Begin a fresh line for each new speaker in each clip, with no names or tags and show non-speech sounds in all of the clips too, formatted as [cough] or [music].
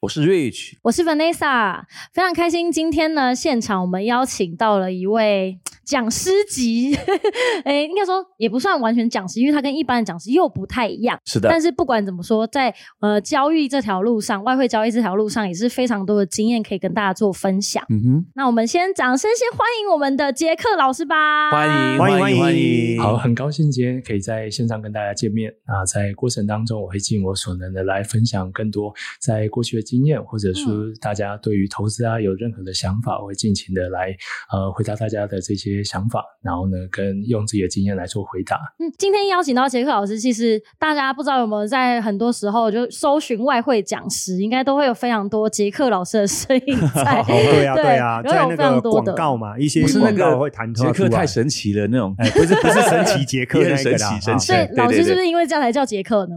我是 Rich，
我是 Vanessa，非常开心，今天呢，现场我们邀请到了一位讲师级， [laughs] 哎，应该说也不算完全讲师，因为他跟一般的讲师又不太一样。
是的
但，是不管怎么说，在呃交易这条路上，外汇交易这条路上，也是非常多的经验可以跟大家做分享。
嗯哼，
那我们先掌声先欢迎我们的杰克老师吧，
欢迎
欢迎
欢迎
欢
欢
迎
迎，
好，很高兴今天可以在线上跟大家见面。那在过程当中，我会尽我所能的来分享更多在过去的经验，或者
嗯
说大家对于投资啊有任何的想法，我会尽情的来呃回答大家的这些想法，然后呢，跟用自己的经验来做回答。
嗯，今天邀请到杰克老师，其实大家不知道有没有在很多时候就搜寻外汇讲师，应该都会有非常多杰克老师的身影在。
对啊，对啊，
然后
在
哎有
那
非常
个
多
广
的
告，嘛，一些
不是那
广告
个
会弹
杰
跳
克
出来
太神奇了那种，
哎，不是不是神奇杰克
[laughs] 也很
那一个
神
啦，
奇神奇
所以
对对
老师
对
是不是因为这样才叫杰克呢？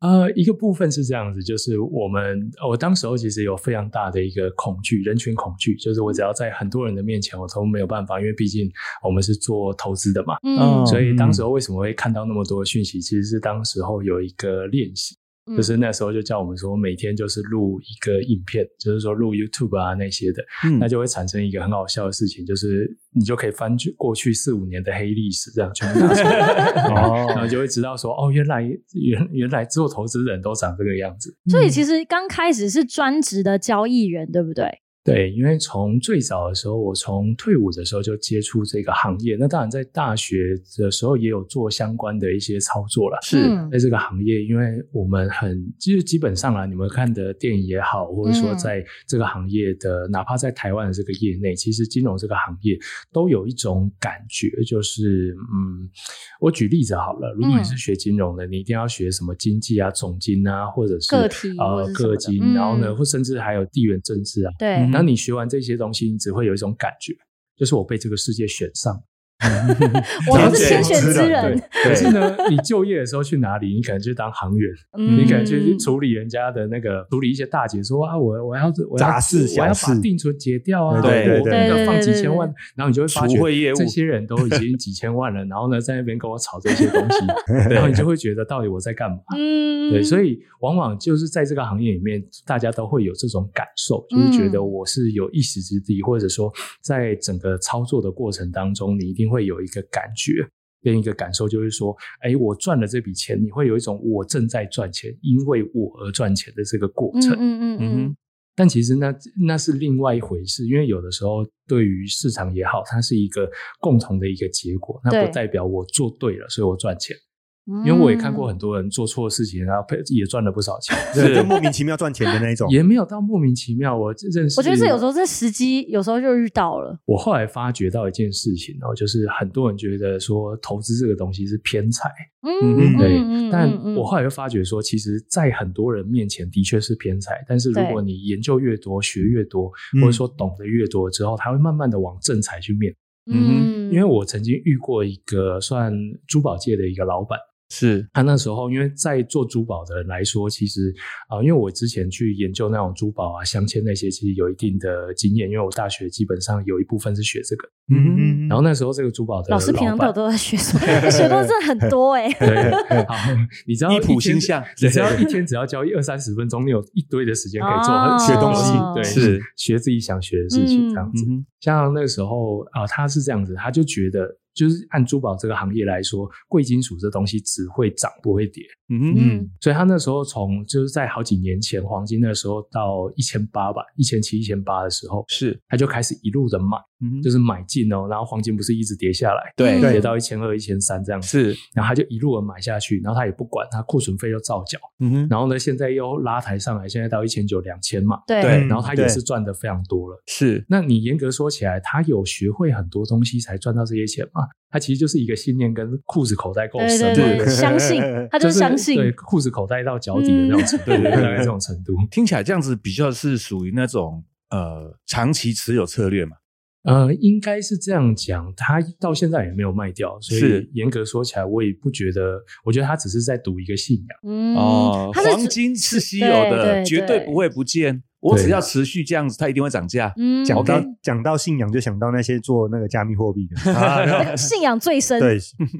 呃，一个部分是这样子，就是我们我当时候其实有非常大的一个恐惧，人群恐惧，就是我只要在很多人的面前，我都没有办法，因为毕竟我们是做投资的嘛，
嗯，
哦
所以当时候为什么会看到那么多的讯息，其实是当时候有一个练习，
嗯
就是那时候就叫我们说每天就是录一个影片，就是说录 YouTube 啊那些的，
嗯
那就会产生一个很好笑的事情，就是你就可以翻去过去四五年的黑历史，这样全部拿出来，
哦
[laughs] 然后就会知道说哦，原来原原来做投资人都长这个样子。
嗯
所以其实刚开始是专职的交易员，对不对？
对，因为从最早的时候，我从退伍的时候就接触这个行业。那当然，在大学的时候也有做相关的一些操作了。
是
嗯
在这个行业，因为我们很就是基本上啊，你们看的电影也好，或者说
嗯
在这个行业的，哪怕在台湾的这个业内，其实金融这个行业都有一种感觉，就是嗯，我举例子好了，如
嗯
果你是学金融的，你一定要学什么经济啊、总经啊，或者是
个体或
呃
者是什么
个
的
经，然后呢，
嗯
或甚至还有地缘政治啊，
对，
那你学完这些东西，你只会有一种感觉，就是我被这个世界选上了。
我
了
们
解
是天选
知道
之
对
人，，
可是呢，你就业的时候去哪里？你可能去当航员，
嗯
你可能去处理人家的那个处理一些大姐说啊，我我要我要
杂事
我
小
要
事
把定存结掉啊，
对
对
我
对
那个
对
放几千万
对，
然后你就会发觉
除会业务
这些人都已经几千万了，然后呢在那边跟我吵这些东西，然后你就会觉得到底我在干嘛？
嗯
对，所
以
以往往就是在这个行业里面，大家都会有这种感受，就是觉
嗯
得我是有一席之地，或者说在整个操作的过程当中，你一定会有一个感觉。另一个感受就是说，哎，我赚了这笔钱，你会有一种我正在赚钱，因为我而赚钱的这个过
嗯
程。
嗯嗯嗯
哼，但其实那那是另外一回事，因为有的时候对于市场也好，它是一个共同的一个结果，那
对
不代表我做对了，所以我赚钱。
嗯，
因为我也看过很多人做错事情，然后被也赚了不少钱，
对，啊就莫名其妙赚钱的那一种。
也没有到莫名其妙。我认识，
我觉得这有时候这时机，有时候就遇到了，
我后来发觉到一件事情哦，就是很多人觉得说投资这个东西是偏财，
嗯，
对。
嗯嗯
但
嗯嗯
我后来又发觉说，其实，在很多人面前的确是偏财，但是如
对
果你研究越多、学越多，
嗯
或者说懂得越多之后，他会慢慢的往正财去面。
嗯，
因为我曾经遇过一个算珠宝界的一个老板。
是
他那时候因为在做珠宝的人来说，其实啊、呃因为我之前去研究那种珠宝啊、镶嵌那些，其实有一定的经验，因为我大学基本上有一部分是学这个。
嗯嗯嗯
然后那时候这个珠宝的
老师平常
老
都有
板。
都在学什么？ [laughs] 学东西真的很多哎、欸。
对， [laughs] 好，你知道
一普
天
星象
你只要一天只要交易二三十分钟，你有一堆的时间可以做
哦
很
学东西
对，
是
学自己想学的事情
嗯
这样子。
嗯
像那个时候啊、他是这样子，他就觉得就是按珠宝这个行业来说，贵金属这东西只会涨不会跌，
哼嗯哼
嗯，
所以他那时候从就是在好几年前黄金那时候到一千八吧，一千七、一千八的时候，
是
他就开始一路的买，
嗯
就是是买进哦，然后黄金不是一直跌下来，
对
对
跌到一千二、一千三这样子，
是，
然后他就一路的买下去，然后他也不管，他库存费就照缴，
嗯哼，
然后呢，现在又拉抬上来，现在到一千九、两千嘛，
对
对
然后他
嗯
也
对
是赚的非常多了。
是
那你严格说起来，他有学会很多东西才赚到这些钱嘛？他其实就是一个信念跟裤子口袋够
对
深
对
嘛，
对，
不
对相信他就是相信，
对裤子口袋到脚底的那种程度，
嗯
大概这种程度。
听起来这样子比较是属于那种呃长期持有策略嘛，
呃，应该是这样讲，他到现在也没有卖掉，所以
是
严格说起来，我也不觉得，我觉得他只是在赌一个信仰。
嗯，他是
哦黄
指
金是稀有的，
对对
绝对
对
不会不见。我
对
只要持续这样子，它一定会涨价。
嗯
讲到
OK
讲到信仰，就想到那些做那个加密货币的，啊然后
那个信仰最深，
对，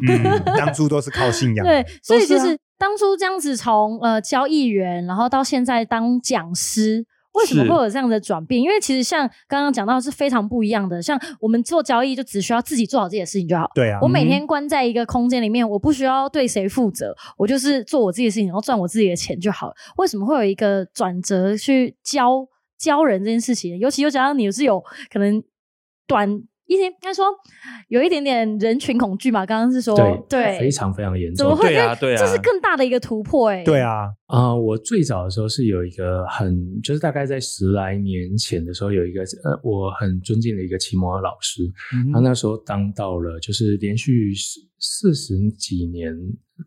嗯，当初都是靠信仰，
对，所以
都是
就
啊
是当初这样子从呃交易员，然后到现在当讲师。为什么
是
会有这样的转变？因为其实像刚刚讲到是非常不一样的。像我们做交易，就只需要自己做好自己的事情就好。
对啊
我，每天关在一个空间里面，我不需要对谁负责，我就是做我自己的事情，然后赚我自己的钱就好了。为什么会有一个转折去教教人这件事情？尤其又加上你是有可能短一些，应该说有一点点人群恐惧嘛。刚刚是说对，
非常非常严
怎
重
么。会？
对啊对啊
这是更大的一个突破哎、
对，啊，
啊、我最早的时候是有一个很，就是大概在十来年前的时候，有一个呃，我很尊敬的一个骑摩的老师，
嗯
他
哼
那时候当到了，就是连续四四十几年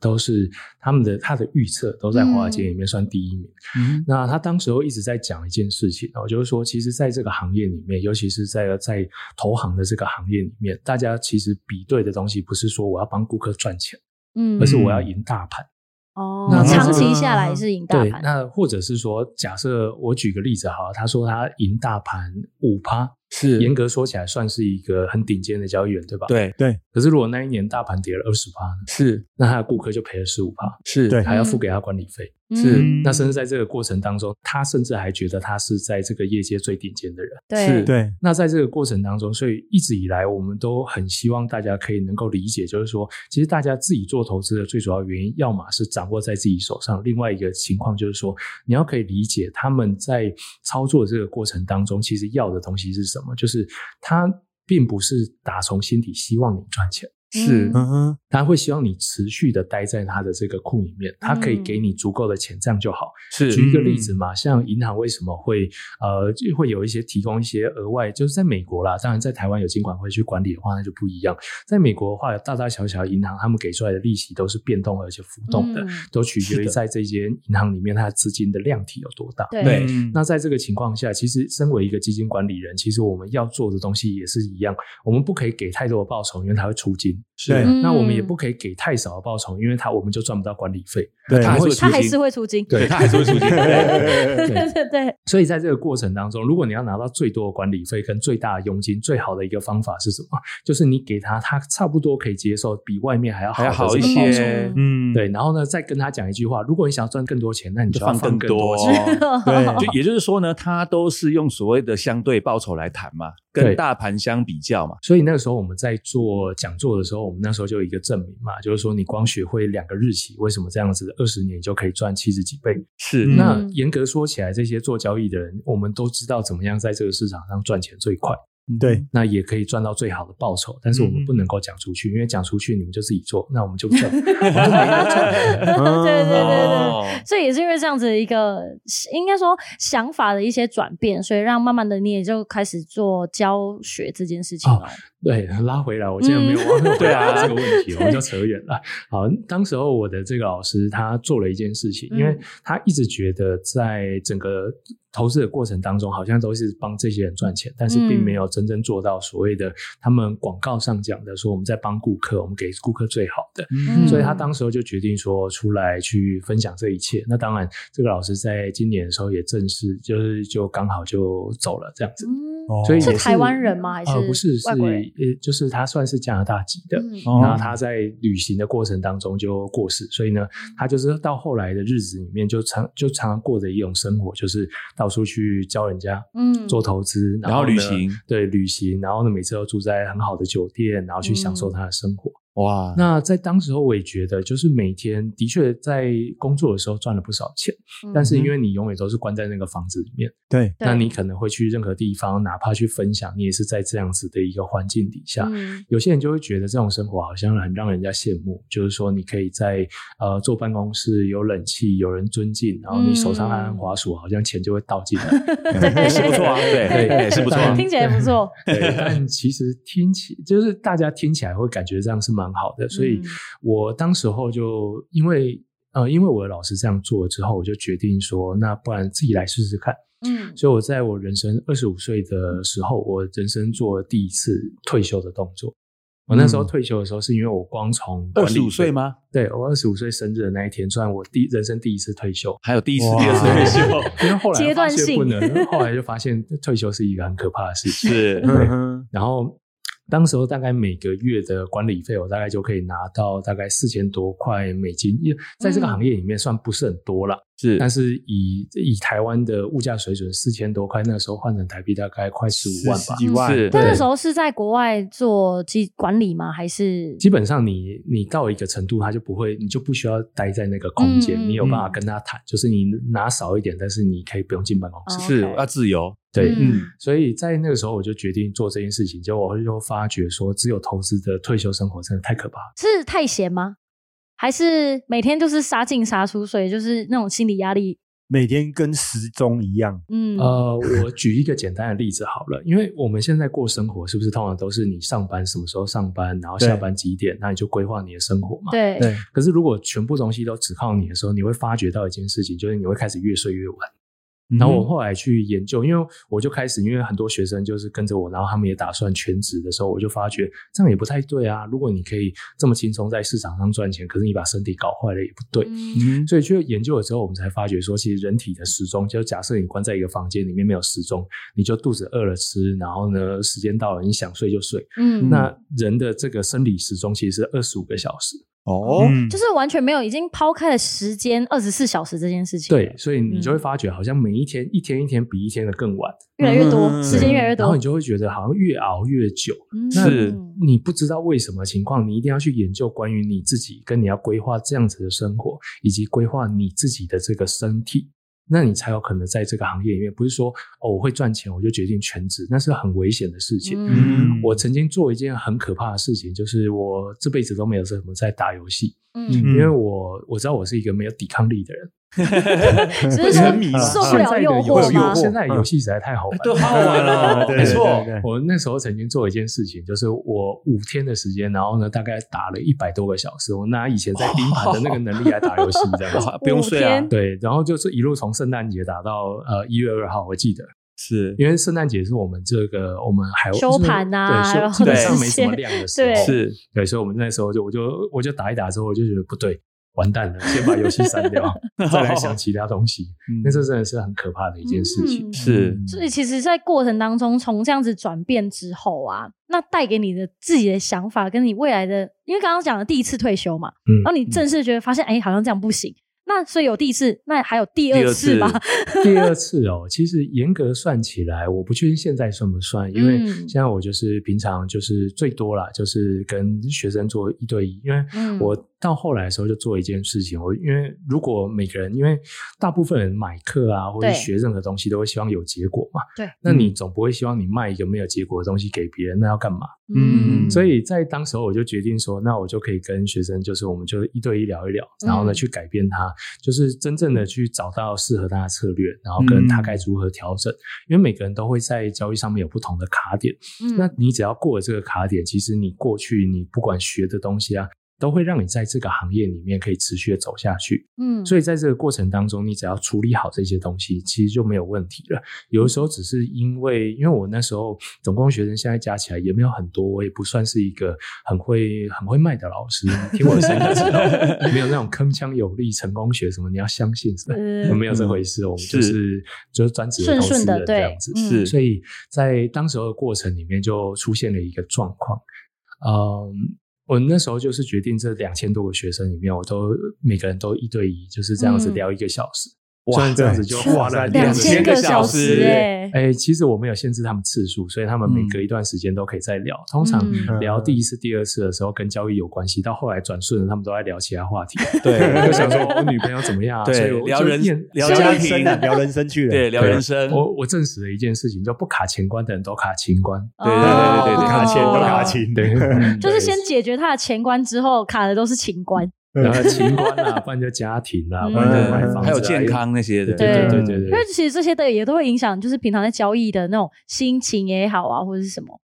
都是他们的他的预测都在华尔街里面算第一名。
嗯
那他当时候一直在讲一件事情哦，就是说，其实在这个行业里面，尤其是在在投行的这个行业里面，大家其实比对的东西不是说我要帮顾客赚钱，
嗯
而是我要赢大盘。
哦
那，这
长
个
期下来是赢大
对，
盘，
那或者是说，假设我举个例子好了，他说他赢大盘五趴，严
是
格说起来算是一个很顶尖的交易员，对吧？。
对
可是如果那一年大盘跌了二十趴，
是
那他的顾客就赔了十五趴，
是
对
还要
嗯
付给他管理费。
是
嗯
那甚至在这个过程当中，他甚至还觉得他是在这个业界最顶尖的人。
对
是
对，
那在这个过程当中，所以一直以来我们都很希望大家可以能够理解，就是说，其实大家自己做投资的最主要原因，要么是掌握在自己手上，另外一个情况就是说，你要可以理解他们在操作这个过程当中，其实要的东西是什么，就是他并不是打从心底希望你赚钱。
是
嗯
嗯哼，
他会希望你持续的待在他的这个库里面，他可以给你足够的钱，这样就好。
是嗯
举一个例子嘛，像银行为什么会呃就会有一些提供一些额外，就是在美国啦，当然在台湾有金管会去管理的话，那就不一样。在美国的话，大大小小银行他们给出来的利息都是变动而且浮动的，
嗯
都取决
是
于
的
在这间银行里面它的资金的量体有多大。
对
对
嗯
那在这个情况下，其实身为一个基金管理人，其实我们要做的东西也是一样，我们不可以给太多的报酬，因为它会出金。
是
对
那我们
嗯
也不可以给太少的报酬，因为它我们就赚不到管理费。
对，
他还是会出
他还是
金，
会出金，
对他还是会出金，
对
对
对对，
所以在这个过程当中，如果你要拿到最多的管理费跟最大的佣金，最好的一个方法是什么？就是你给他，他差不多可以接受，比外面还要好
还要好
的
一
这个报酬
些，
嗯，
[laughs] 对，然后呢，再跟他讲一句话：如果你想要赚更多钱，那你就要
放
放
更
更多
多
钱。。
哦
对，
[laughs] 就也就是说呢，它都是用所谓的相对报酬来谈嘛，跟
对
大盘相比较嘛，
所以那个时候我们在做讲座的时候，我们那时候就有一个证明嘛，就是说你光学会两个日期，为什么这样子二十年就可以赚七十几倍？
是
嗯
那严格说起来，这些做交易的人，我们都知道怎么样在这个市场上赚钱最快，
对，
那也可以赚到最好的报酬，但是我们
嗯
不能够讲出去，因为讲出去你们就自己做，那我们就 [laughs] 赚，我们就没得赚。
嗯
[laughs] 对对对对。
哦
所以也是因为这样子的一个，应该说想法的一些转变，所以让慢慢的你也就开始做教学这件事
哦
情了。
对，拉回来，我竟然没有
[laughs]
忘了
对啊
这个问题，我们就扯远了。好，当时候我的这个老师他做了一件事情，
嗯
因为他一直觉得在整个投资的过程当中，好像都是帮这些人赚钱，但是并
嗯
没有真正做到所谓的他们广告上讲的说我们在帮顾客，我们给顾客最好的。
嗯
所以他当时候就决定说出来去分享这一切。那当然，这个老师在今年的时候也正式就是就刚好就走了这样子。
嗯，
哦
所以
是
也
台湾人吗还是
呃、不是是
外国人
呃，就是他算是加拿大籍的。
嗯
哦
然后他在旅行的过程当中就过世，所以呢，
嗯
他就是到后来的日子里面就常就常常过着一种生活，就是到处去教人家
嗯
做投资，
然后
呢
旅行，
嗯
对旅行，然后呢每次都住在很好的酒店，然后去享受他的生活。
哇，
那在当时候，我也觉得，就是每天的确在工作的时候赚了不少钱，
嗯
但是因为你永远都是关在那个房子里面，
对，
对
那你可能会去任何地方，哪怕去分享，你也是在这样子的一个环境底下。
[laughs] 嗯
有些人就会觉得这种生活好像很让人家羡慕，就是说你可以在呃坐办公室有冷气，有人尊敬，然后你手上按按滑鼠，好像钱就会倒进来。
[laughs] 对
是不错啊，对
对
对，是不错啊，
对
听起来不错。
对，但其实听起就是大家听起来会感觉这样是蛮好的， [laughs] 所以
嗯
我当时候就因为呃，因为我的老师这样做了之后，我就决定说，那不然自己来试试看。
嗯
所以我在我人生二十五岁的时候，我人生做了第一次退休的动作。我那时候
嗯
退休的时候，是因为我光从
二十五
管理
岁？吗？
对，我二十五岁生日的那一天，算我第人生第一次退休。
还有第一次、
哇
第二次退休，
[laughs] 因为后来
阶段
发现
性
不能，后来就发现退休是一个很可怕的事情。
[laughs] 是
嗯哼，
然后当时候大概每个月的管理费，我大概就可以拿到大概四千多块美金，因为在这个
嗯
行业里面算不是很多了，
是
但是以以台湾的物价水准，四千多块那个时候换成台币大概快十五万吧。
几万，
是
但
对
那时候是在国外做机管理吗？还是
基本上你你到一个程度，它就不会，你就不需要待在那个空间，
嗯嗯
你有办法跟他谈，就是你拿少一点，但是你可以不用进办公室。
哦
是
OK
要自由，
啊对，
嗯
所以在那个时候我就决定做这件事情，结果我就发觉说，只有投资的退休生活真的太可怕了。
是太闲吗？还是每天就是杀进杀出，所以就是那种心理压力？
每天跟时钟一样，
嗯，
呃，我举一个简单的例子好了，因为我们现在过生活，是不是通常都是你上班什么时候上班，然后
对
下班几点，那你就规划你的生活嘛。。
对，
对，
可是如果全部东西都只靠你的时候，你会发觉到一件事情，就是你会开始越睡越晚。
嗯
嗯
然后我后来去研究，因为我就开始，因为很多学生就是跟着我，然后他们也打算全职的时候，我就发觉这样也不太对啊。如果你可以这么轻松在市场上赚钱，可是你把身体搞坏了也不对。
嗯
嗯，
所以去研究了之后，我们才发觉说，其实人体的时钟，就假设你关在一个房间里面没有时钟，你就肚子饿了吃，然后呢时间到了你想睡就睡。
嗯，
那人的这个生理时钟其实是二十五个小时，
哦，
嗯
就是完全没有已经抛开了时间二十四小时这件事情，
对，，所以你就会
嗯
发觉好像每一天一天一天比一天的更晚，
越来越多，
嗯
时间越来越
然后
多
你，就会觉得好像越熬越久。
嗯
那
是
你不知道为什么情况，你一定要去研究关于你自己跟你要规划这样子的生活，以及规划你自己的这个身体，那你才有可能在这个行业里面，不是说哦我会赚钱我就决定全职，那是很危险的事情。
嗯
我曾经做一件很可怕的事情，就是我这辈子都没有什么在打游戏，
嗯，
嗯
因为我我知道我是一个没有抵抗力的人，
只是
沉迷啊
说
嘛 [laughs]
啊
受不了诱
会有
惑
诱
吗
惑？
现在游戏实在哎太好玩了，
对，好好玩哦，
对
没错，
对对
我那时候曾经做一件事情，就是我五天的时间，然后呢，大概打了一百多个小时，我拿以前在盯盘的那个能力来打游戏，这样子。
哇不用睡
五
啊
[laughs]
天，
对，然后就是一路从圣诞节打到呃一月二号，我记得，
是
因为圣诞节是我们这个我们海
收盘啊
对，
然
休基
后
本上
这些
没什么量的时
对
候，
是，
对，所以我们那时候就我就我就打一打之后，我就觉得不对，完蛋了，先把游戏删 [laughs] 掉，再来想其他东西，
嗯
那这真的是很可怕的一件事情。
嗯
是
所以其实，在过程当中，从这样子转变之后啊，那带给你的自己的想法，跟你未来的，因为刚刚讲的第一次退休嘛，
嗯
然后你正式觉得发现，哎、好像这样不行。那所以有第一次，那还有第
第
二
二
次
次
吧？
第二次哦，其实严格算起来，我不确定现在算不算，因为
嗯
现在我就是平常就是最多啦，就是跟学生做一对一，因为
嗯
我到后来的时候就做一件事情，我因为如果每个人，因为大部分人买课啊或者
对
学任何东西都会希望有结果嘛，
对，
那你总不会希望你卖一个没有结果的东西给别人，那要干嘛？
嗯
所以在当时候我就决定说，那我就可以跟学生，就是我们就一对一聊一聊，然后呢
嗯
去改变他，就是真正的去找到适合他的策略，然后跟他
嗯
该如何调整，因为每个人都会在交易上面有不同的卡点，
嗯
那你只要过了这个卡点，其实你过去你不管学的东西啊。都会让你在这个行业里面可以持续的走下去，
嗯
所以在这个过程当中，你只要处理好这些东西，其实就没有问题了。有的时候只是因为，因为我那时候总共学生现在加起来也没有很多，我也不算是一个很会很会卖的老师。你听我的声音就知道，没有那种铿锵有力、成功学什么，你要相信什么，
呃
没有这回事。我们就是是就是专职的
顺
投
顺
资
的
人这
对
样子。
嗯
是
所以在当时候的过程里面，就出现了一个状况，嗯。我那时候就是决定，这两千多个学生里面，我都每个人都一对一，就是这样子
嗯
聊一个小时。虽然这样子就花了
对
两
2000
千
个
个
小
小
时
时哎，
哎、其实我们有限制他们次数，所以他们每
嗯
隔一段时间都可以再聊。通常
嗯
聊第一次、第二次的时候跟交易有关系，到后来转顺了，他们都在聊其他话题。
[laughs] 对
我 [laughs] 就想说我女朋友怎么样啊？所以
对，
我
聊
就
人
念
聊
所以
家
人生
庭，
啊，聊人生去了，
对，聊人生，
我我证实了一件事情，就不卡前关的人都卡
[laughs]
情关。
对对对对对
不卡钱
哦
不卡钱，
对，
就是先解决他的前关之后，卡的都是情关。
然后情关啊，不然就家庭啊，
嗯
不然就买房子啊，
嗯还有健康那些的，嗯
对对对对对
因为
对。
其实这些的也都会影响，就是平常在交易的那种心情也好啊，或者是什么。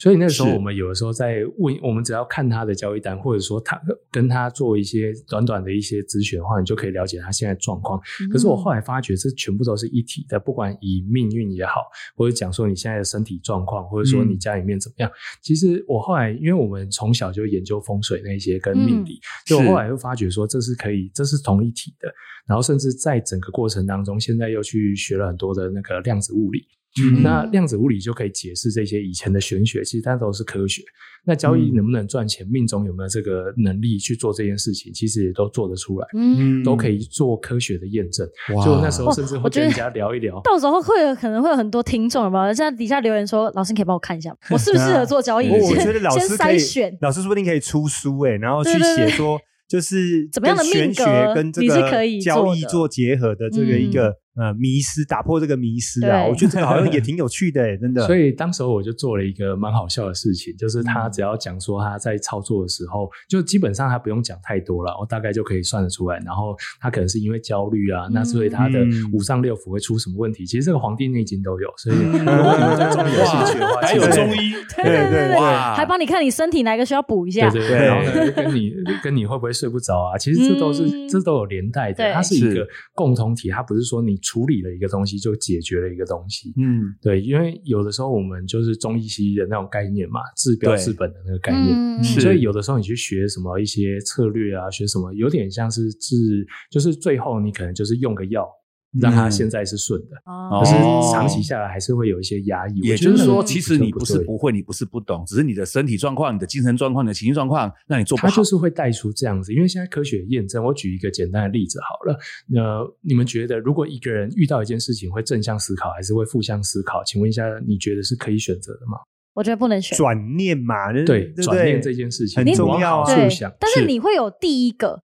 所以那时候
是
我们有的时候在问，我们只要看他的交易单，或者说他跟他做一些短短的一些咨询的话，你就可以了解他现在的状况。可是
嗯
我后来发觉，这全部都是一体的，不管以命运也好，或者讲说你现在的身体状况，或者说你家里面怎么样。其实我后来，因为我们从小就研究风水那些跟命理，所以我后来又发觉说，这是可以，这是同一体的。然后甚至在整个过程当中，现在又去学了很多的那个量子物理。
嗯
那量子物理就可以解释这些以前的玄学，其实它都是科学。那交易
嗯
能不能赚钱，命中有没有这个能力去做这件事情，其实也都做得出来。
嗯，
都可以做科学的验证。
哇
就那时候甚至
哇
会
哦我觉
跟
得
人家聊一聊。
到时候会有可能会有很多听众，有没有？在底下留言说，老师，你可以帮我看一下，我适不适合做交易？
对啊
我
先
觉得老
先
师可
筛
以
选，
老师说不定可以出书哎、然后去
对对
写
对
说就是
怎么样的
跟玄
命格
学跟这
你是可
个
以
交易
做的
做结合的这个一个、呃迷失，打破这个迷失啊，
对
我觉得这个好像也挺有趣的哎、真的。
所
以
以当时候我就做了一个蛮好笑的事情，就是他只要讲说他在操作的时候，就基本上他不用讲太多了，我大概就可以算得出来。然后他可能是因为焦虑啊，
嗯
那所以他的
嗯
五脏六腑会出什么问题？其实这个《黄帝内经》都有，所以
嗯
如果你们对中医有兴趣的话，
哇还
其实
有中医，
对对 [laughs] 对对，
哇
还帮你看你身体哪个需要补一下。
对对
[laughs]
对
对，然后呢，就跟你跟你会不会睡不着啊？其实这都是、
嗯
这都有连带的，
对
它是一个
是
共同体，它不是说你处理了一个东西就解决了一个东西。
嗯，
对，因为有的时候我们就是中医西医的那种概念嘛，治标
对
治本的那个概念。
嗯，嗯嗯
是
所以有的时候你去学什么一些策略啊，学什么有点像是治，就是最后你可能就是用个药让它现在是顺的，
哦
可是
嗯哦
长期下来还是会有一些压抑。
也
我觉
就
得
是
那
说，
个
其实你
就
不是
对
不会，你不是不懂，只是你的身体状况、你的精神状况、你的情绪状况，让你做不
它
好
就。是会带出这样子，因为现在科学验证，我举一个简单的例子好了。那你们觉得，如果一个人遇到一件事情，会正向思考还是会负向思考？请问一下，你觉得是可以选择的吗？
我觉得不能选。
转念嘛，就是对
对，
不对，
转念这件事情
很
你
重
往
要啊
好
对
处想，，
但是
是
你会有第一个，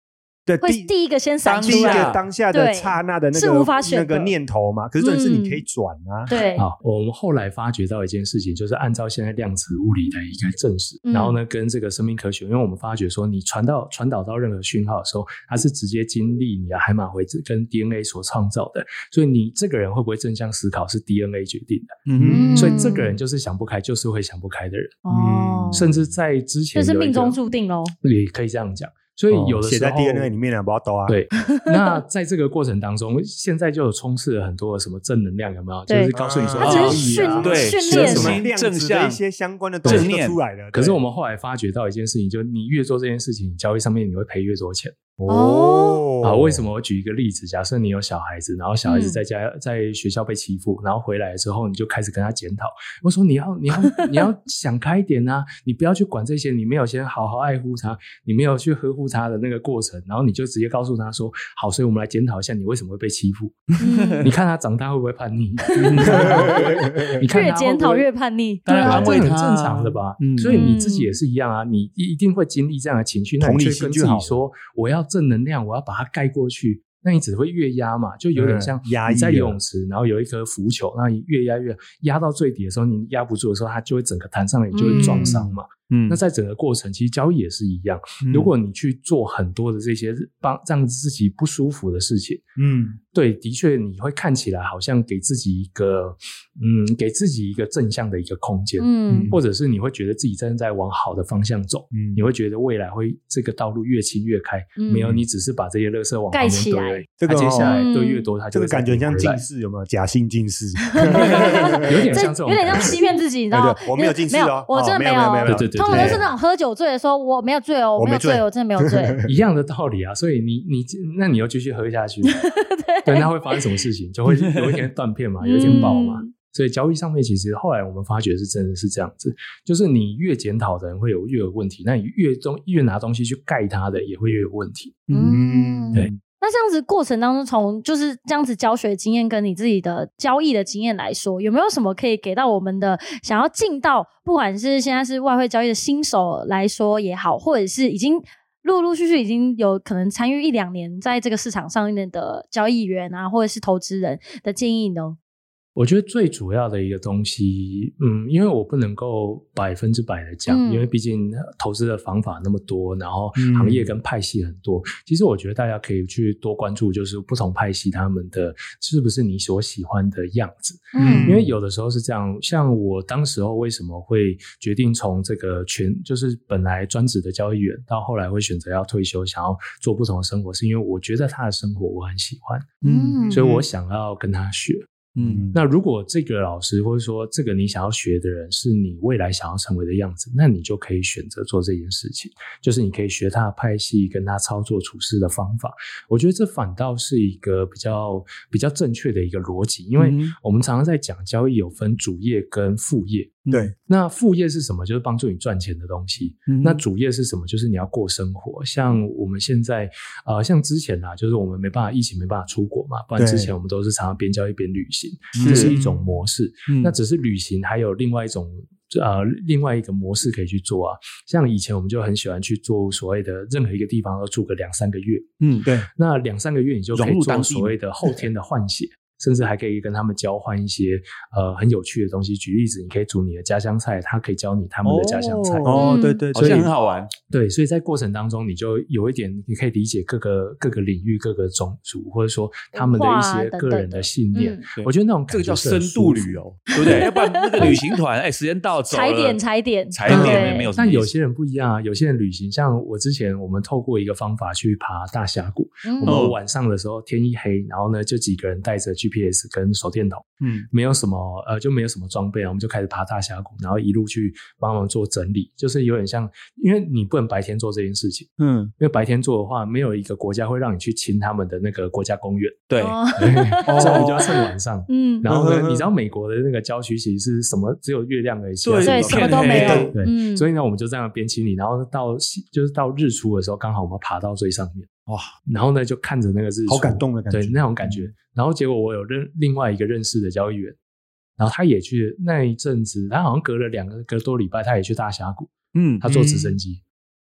对
会
第
第一个先闪
当
第
出
一
下
个
来。
当下的
对
刹那的那
是
个
无法选
那个
的
念头嘛，可是重点是你可以转啊，
对，
好，我们后来发觉到一件事情，就是按照现在量子物理的一个证实，
嗯
然后呢，跟这个生命科学，因为我们发觉说，你传到传导到任何讯号的时候，它是直接经历你的海马回跟 DNA 所创造的，所以你这个人会不会正向思考是 DNA 决定的，
嗯
嗯
所以这个人就是想不开，就是会想不开的人，
哦，
甚至在之前
这是
有一
命
个
中注定喽。
也可以这样讲。所以
哦
有的时候
写在 DNA 里面啊，不要抖啊，
[laughs]
对，那在这个过程当中，现在就有充斥了很多的什么正能量，有没有？就
对
是告诉你说，
它
交
只
易
是
啊
训
对
训
是
练
什
什
么
嘛
么量
正
子的
向
一些相关的东西
正
都
念
出来了。
可是
对
我们后来发觉到一件事情，就是你越做这件事情，你交易上面你会赔越多钱
哦
啊。为什？么？我举一个例子，假设你有小孩子，然后小孩子在家、
嗯
在学校被欺负，然后回来之后你就开始跟他检讨，我说你要你要 [laughs] 你要想开一点啊，你不要去管这些，你没有先好好爱护他，你没有去呵护他的那个过程，然后你就直接告诉他说，好，所以我们来检讨一下你为什么会被欺负，
[laughs]
嗯
你看他长大会不会叛逆？你看
越
他会不会
检讨越叛逆。
当然
对啊
安慰
这
很
很
正
正
常
常
的
的
吧
吧。
嗯
所以你自己也是一样啊，你一定会经历这样的情绪，那你
同理
却
心
跟
就
自
好
己
了
说我要正能量，我要把它盖过去。那你只会越压嘛，就有点
嗯
像
压
你在
抑了
游泳池，然后有一颗浮球，那你越压越压到最底的时候，你压不住的时候，它就会整个弹上来，你就会撞伤嘛。
嗯
那在整个过程，其实交易也是一样，
嗯
如果你去做很多的这些帮让自己不舒服的事情，
嗯，
对，的确你会看起来好像给自己一个，嗯，给自己一个正向的一个空间，
嗯，
或者是你会觉得自己正在往好的方向走，
嗯
你会觉得未来会这个道路越清越开。
嗯
没有，你只是把这些垃圾往
盖
旁边
起
堆
来
而已，
这
它
个嗯
接下来
哦
堆越多，它
这
就
个
会再
感觉很像
回来
近视，有没有？假性近
[laughs]
视。
有点
嗯这
像这种
有点像
感觉
欺骗自己，你知道吗
对？对我没有近视
没
哦
有，我真
哦
的
没有
有
没有
哦。
没有
对对对
通常
对
都是那种喝酒醉的说，我没有醉哦，
我
我没
没
有
醉
醉，我真的没有
[laughs]
醉。
一样的道理啊。所以你你那你要继续喝下
[laughs]
去，对，那会发生什么事情？就会有一天断片 [laughs] 嘛，有一天爆嘛。
嗯
所以交易上面其实后来我们发觉是真的是这样子，就是你越检讨的人会有越有问题，那你越中越拿东西去盖他的也会越有问题。
嗯
嗯，
对，
那这样子过程当中，从就是这样子教学经验跟你自己的交易的经验来说，有没有什么可以给到我们的想要进到，不管是现在是外汇交易的新手来说也好，或者是已经陆陆续续已经有可能参与一两年在这个市场上面的交易员啊，或者是投资人的建议呢？
我觉得最主要的一个东西，嗯，因为我不能够百分之百的讲，
嗯
因为毕竟投资的方法那么多，然后
嗯
行业跟派系很多。其实我觉得大家可以去多关注，就是不同派系他们的是不是你所喜欢的样子。
嗯
因为有的时候是这样，像我当时候为什么会决定从这个全就是本来专职的交易员，到后来会选择要退休，想要做不同的生活，是因为我觉得他的生活我很喜欢，
嗯
所以我想要跟他学。
嗯
那如果这个老师或者说这个你想要学的人是你未来想要成为的样子，那你就可以选择做这件事情，就是你可以学他的派系，跟他操作处事的方法。我觉得这反倒是一个比较比较正确的一个逻辑，因为
嗯
我们常常在讲交易有分主业跟副业。
对，
那副业是什么？就是帮助你赚钱的东西。
嗯
那主业是什么？就是你要过生活。像我们现在，呃，像之前啊，就是我们没办法疫情没办法出国嘛，不然
对
之前我们都是常常边交易边旅行，
是
这是一种模式。
嗯
那只是旅行，还有另外一种。呃，另外一个模式可以去做啊，像以前我们就很喜欢去做所谓的任何一个地方都住个两三个月，
嗯对，
那两三个月你就可
融
以
入当
做
地
所谓的后
[laughs]
天的换血，甚至还可以跟他们交换一些呃很有趣的东西。举例子，你可以煮你的家乡菜，他可以教你他们的家乡菜。
哦
嗯
对对，
所以
好像很好玩，
对，所以在过程当中，你就有一点，你可以理解各个各个领域、各个种族，或者说他们的一些个人的信念。
嗯
对
我觉得那种感
这个
觉
叫
是很
深
舒
度
服
旅游，对不对？要不然那个旅行团，哎，时间到走了，
踩点踩点
踩
对
点也哎没有什么
但
意思。
有些人不一样啊，有些人旅行，像我之前我们透过一个方法去爬大峡谷，
嗯
我
哦
们晚上的时候天一黑，然后呢就几个人带着 GPS 跟手电筒，
嗯
没有什么呃就没有什么装备啊，我们就开始爬大峡谷，然后一路去帮忙做整理，就是有点像，因为你不能白天做这件事情，
嗯，
因为白天做的话，没有一个国家会让你去亲他们的那个国家公园，
对，
哦
[laughs] 所以我们就要趁晚上。
嗯，
然后
嗯嗯
呢，
嗯
你知道美国的那个郊区其实是什么？只有月亮而已，其他
对
什
对，
么
有
都
片
没有
什么都
黑
没有
灯，
对，
嗯
所以呢，我们就这样边清理，然后到西就是到日出的时候，刚好我们爬到最上面，
哇，
然后呢就看着那个日出，
好感动的感觉
对那种感觉。然后结果我有认另外一个认识的交易员，然后他也去那一阵子，他好像隔了两个个多礼拜，他也去大峡谷，
嗯
他坐直升机，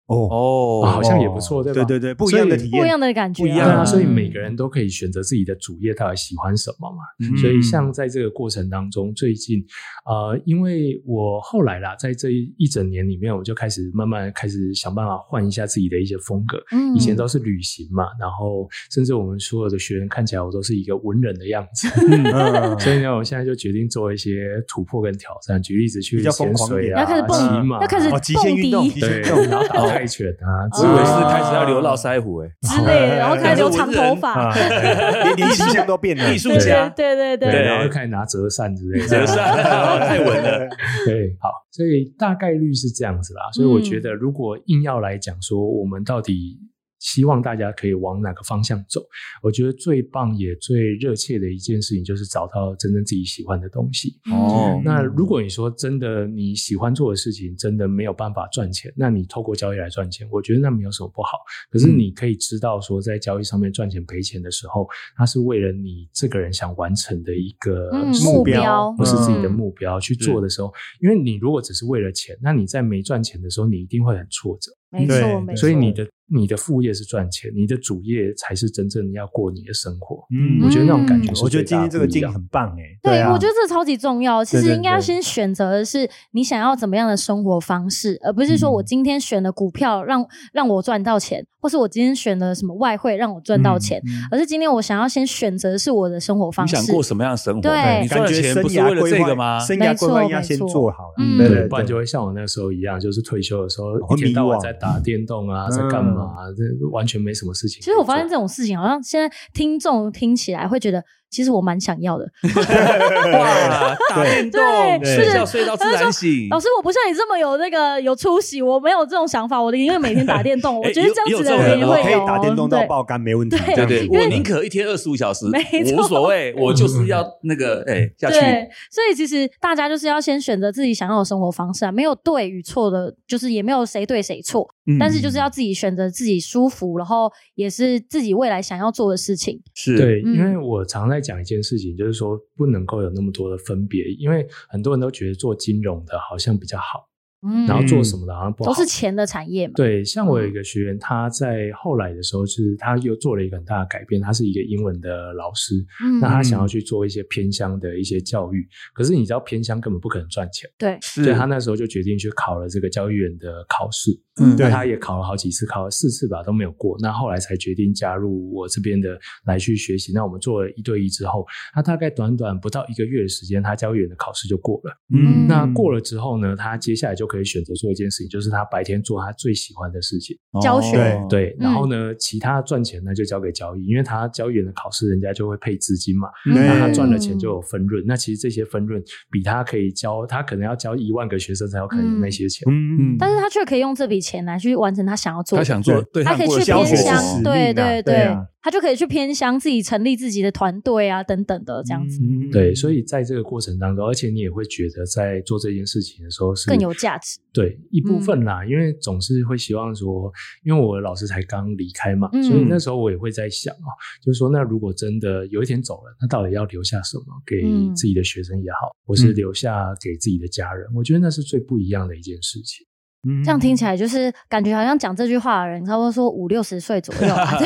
哦，
哦，
啊好像也不错对吧
对对对，不一样的
所
体
以
验，
不一样的感觉，
不一
对
样
啊，
嗯
所以每个人都可以选择自己的主业到底喜欢什么嘛。
嗯
所以像在这个过程当中，最近呃，因为我后来啦，在这一一整年里面，我就开始慢慢开始想办法换一下自己的一些风格。
嗯
以前都是旅行嘛，然后甚至我们所有的学员看起来我都是一个文人的样子，
嗯，
[laughs] 所以呢，我现在就决定做一些突破跟挑战。举例子，去
比较疯
潜
狂一
水
点
啊，
要开始蹦
骑马啊，
要开始
哦，极限运动，
蹦
极
迪
限
对，
运 [laughs] 动，
然后打泰拳啊，
我以为是开始要
哦
流络腮胡，哎，
之类的，然后开始留长头
啊
发，，
连连形象都变
[laughs]
了，
艺术
对
家
对，对对
对，
对
然后就开始拿折扇之类的，
折扇太稳了，
[laughs] 对，好，所以大概率是这样子啦。所以我觉
嗯
得，如果硬要来讲说，我们到底希望大家可以往哪个方向走，我觉得最棒也最热切的一件事情，就是找到真正自己喜欢的东西。
嗯
哦
那如果你说真的你喜欢做的事情真的没有办法赚钱，那你透过交易来赚钱，我觉得那没有什么不好。可
嗯
是你可以知道说，在交易上面赚钱赔钱的时候，它是为了你这个人想完成的一个
嗯
事
目
业
标
或是自己的
嗯
目标去做的时候，因为你如果只是为了钱，那你在没赚钱的时候，你一定会很挫折。
没错
对
没错，
所以你的你的副业是赚钱，你的主业才是真正要过你的生活。
嗯
我觉得那种感觉
嗯
是
我觉
最
得今
大
天
的
这个
不一
建议
样
很棒哎，
对，
啊
我觉得这超级重要。其
对
实
对
应该要
对
先选择的是你想要怎么样的生活方式，而不是说我
嗯
今天选了股票让让我赚到钱，或是我今天选了什么外汇让我
嗯
赚到钱，而是今天我想要先选择的是我的生活方
你
式。
想过什么样的生活？
对
哎
你
感
赚
觉
钱
生
不是
涯
为了
规
这
划
个吗？
生涯规划应该先做好了，
没错没错
对
嗯
对，
不然就会像我那时候一样，就是退休的时候一天到晚在打电动啊，
嗯
在干嘛、这完全没什么事情可以做。
其实我发现这种事情好像现在听众听起来会觉得其实我蛮想要的。
[laughs] 哇，打电动
对，
对
睡觉睡到自然醒。
老师，我不像你这么有那个有出息，我没有这种想法。我宁愿每天打电动，我
哎
觉得
有
这样子
有
的
这种
人也
人
会
哦
可以打电动到
对
爆肝没问题，
对
这
对
样子
对，
因为
我宁可一天二十五小时，
没错
我无所
[laughs]
谓，我就是要那个哎下去。
对，所以其实大家就是要先选择自己想要的生活方式啊，没有对与错的，就是也没有谁对谁错，
嗯
但是就是要自己选择自己舒服，然后也是自己未来想要做的事情。
是
对，
嗯
因为我常在讲一件事情，就是说不能够有那么多的分别，因为很多人都觉得做金融的好像比较好，
嗯，
然后做什么的好像不好。
都是钱嗯的产业嘛。
对，像我有一个学员，他在后来的时候，就是他又做了一个很大的改变，他是一个英文的老师，
嗯，
那他想要去做一些偏乡的一些教育，可是你知道偏乡根本不可能赚钱，
对，
是
所以他那时候就决定去考了这个教育员的考试。
嗯
那
对
他也考了好几次，考了四次吧都没有过。那后来才决定加入我这边的来去学习。那我们做了一对一之后，他大概短短不到一个月的时间，他教育员的考试就过了。
嗯
那过了之后呢，他接下来就可以选择做一件事情，就是他白天做他最喜欢的事情。
教学
对
对，然
嗯
后呢，其他赚钱呢就交给交易，因为他教育员的考试，人家就会配资金嘛。
对
那他赚了钱就
嗯
有分润，那其实这些分润比他可以教，他可能要教一万个学生才有可能有那些钱。
嗯
嗯
但是他却可以用这笔钱来去完成他想要做
他
的。
想做，对
他可以
过
去
得
小
幸福
偏
伙子
[laughs] 乡，
使
对
命啊对
对对
啊，
他就可以去偏乡自己成立自己的团队啊，等等的这样子
嗯
对，所以在这个过程当中，而且你也会觉得在做这件事情的时候是
更有嗯价值。
对一部分啦，因为总是会希望说，因为我老师才刚离开嘛，
嗯
所以那时候我也会在想哦，就是说，那如果真的有一天走了，那到底要留下什么给
嗯
自己的学生也好，或是
嗯
留下给自己的家人？我觉得那是最不一样的一件事情。
嗯
这样听起来就是感觉好像讲这句话的人，差不多说五六十岁左右啊
[laughs]
吧。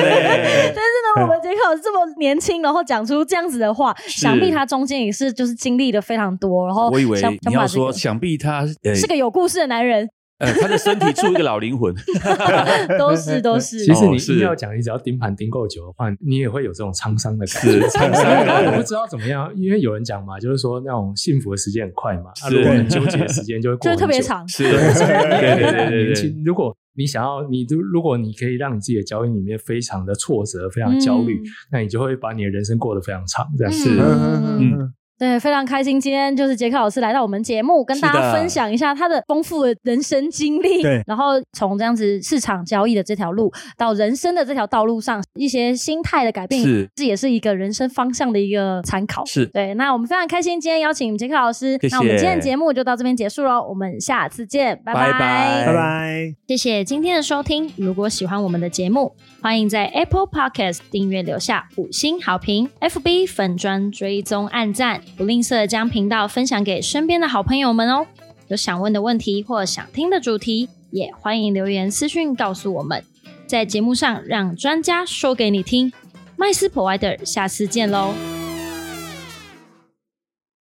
对
但是呢，我们杰克老师这么年轻，然后讲出这样子的话，想必他中间也是就是经历的非常多，然后
我以为
想
你要说，
想
想必他
把这
呃
个是个有故事的男
[laughs]
人，
呃，他的身体处于一个老灵魂，
都是都是。
其实你
哦是
硬要讲，你只要盯盘盯够久的话，你也会有这种沧桑的感
是
觉。
沧桑感
我不知道怎么样，因为有人讲嘛，就是说那种幸福的时间很快嘛，啊，
是
如果很纠结的时间就会过
就是
很久
特别。长，
是，对 [laughs] 对对对对
年
对，
轻，如果你想要，你就如果你可以让你自己的交易里面非常的挫折，非常焦虑，
嗯
那你就会把你的人生过得非常长，这样
嗯
是
是
嗯嗯
对，非常开心，今天就是杰克老师来到我们节目，跟大
是
家
的
分享一下他的丰富的人生经历，
对
然后从这样子市场交易的这条路到人生的这条道路上，一些心态的改变，
是
这也是一个人生方向的一个参
[laughs]
考。
是
对，那我们非常开心，今天邀请杰克老师，
谢
那我们
谢
今天的节目就到这边结束喽，我们下次见，拜
拜拜
哎
拜拜。
谢谢今天的收听。如果喜欢我们的节目，欢迎在 Apple Podcast 订阅留下五星好评，FB 粉砖追踪按赞，不吝啬将频道分享给身边的好朋友们哦。有想问的问题或想听的主题，也欢迎留言私讯告诉我们，在节目上让专家说给你听。麦斯 Provider，下次见喽。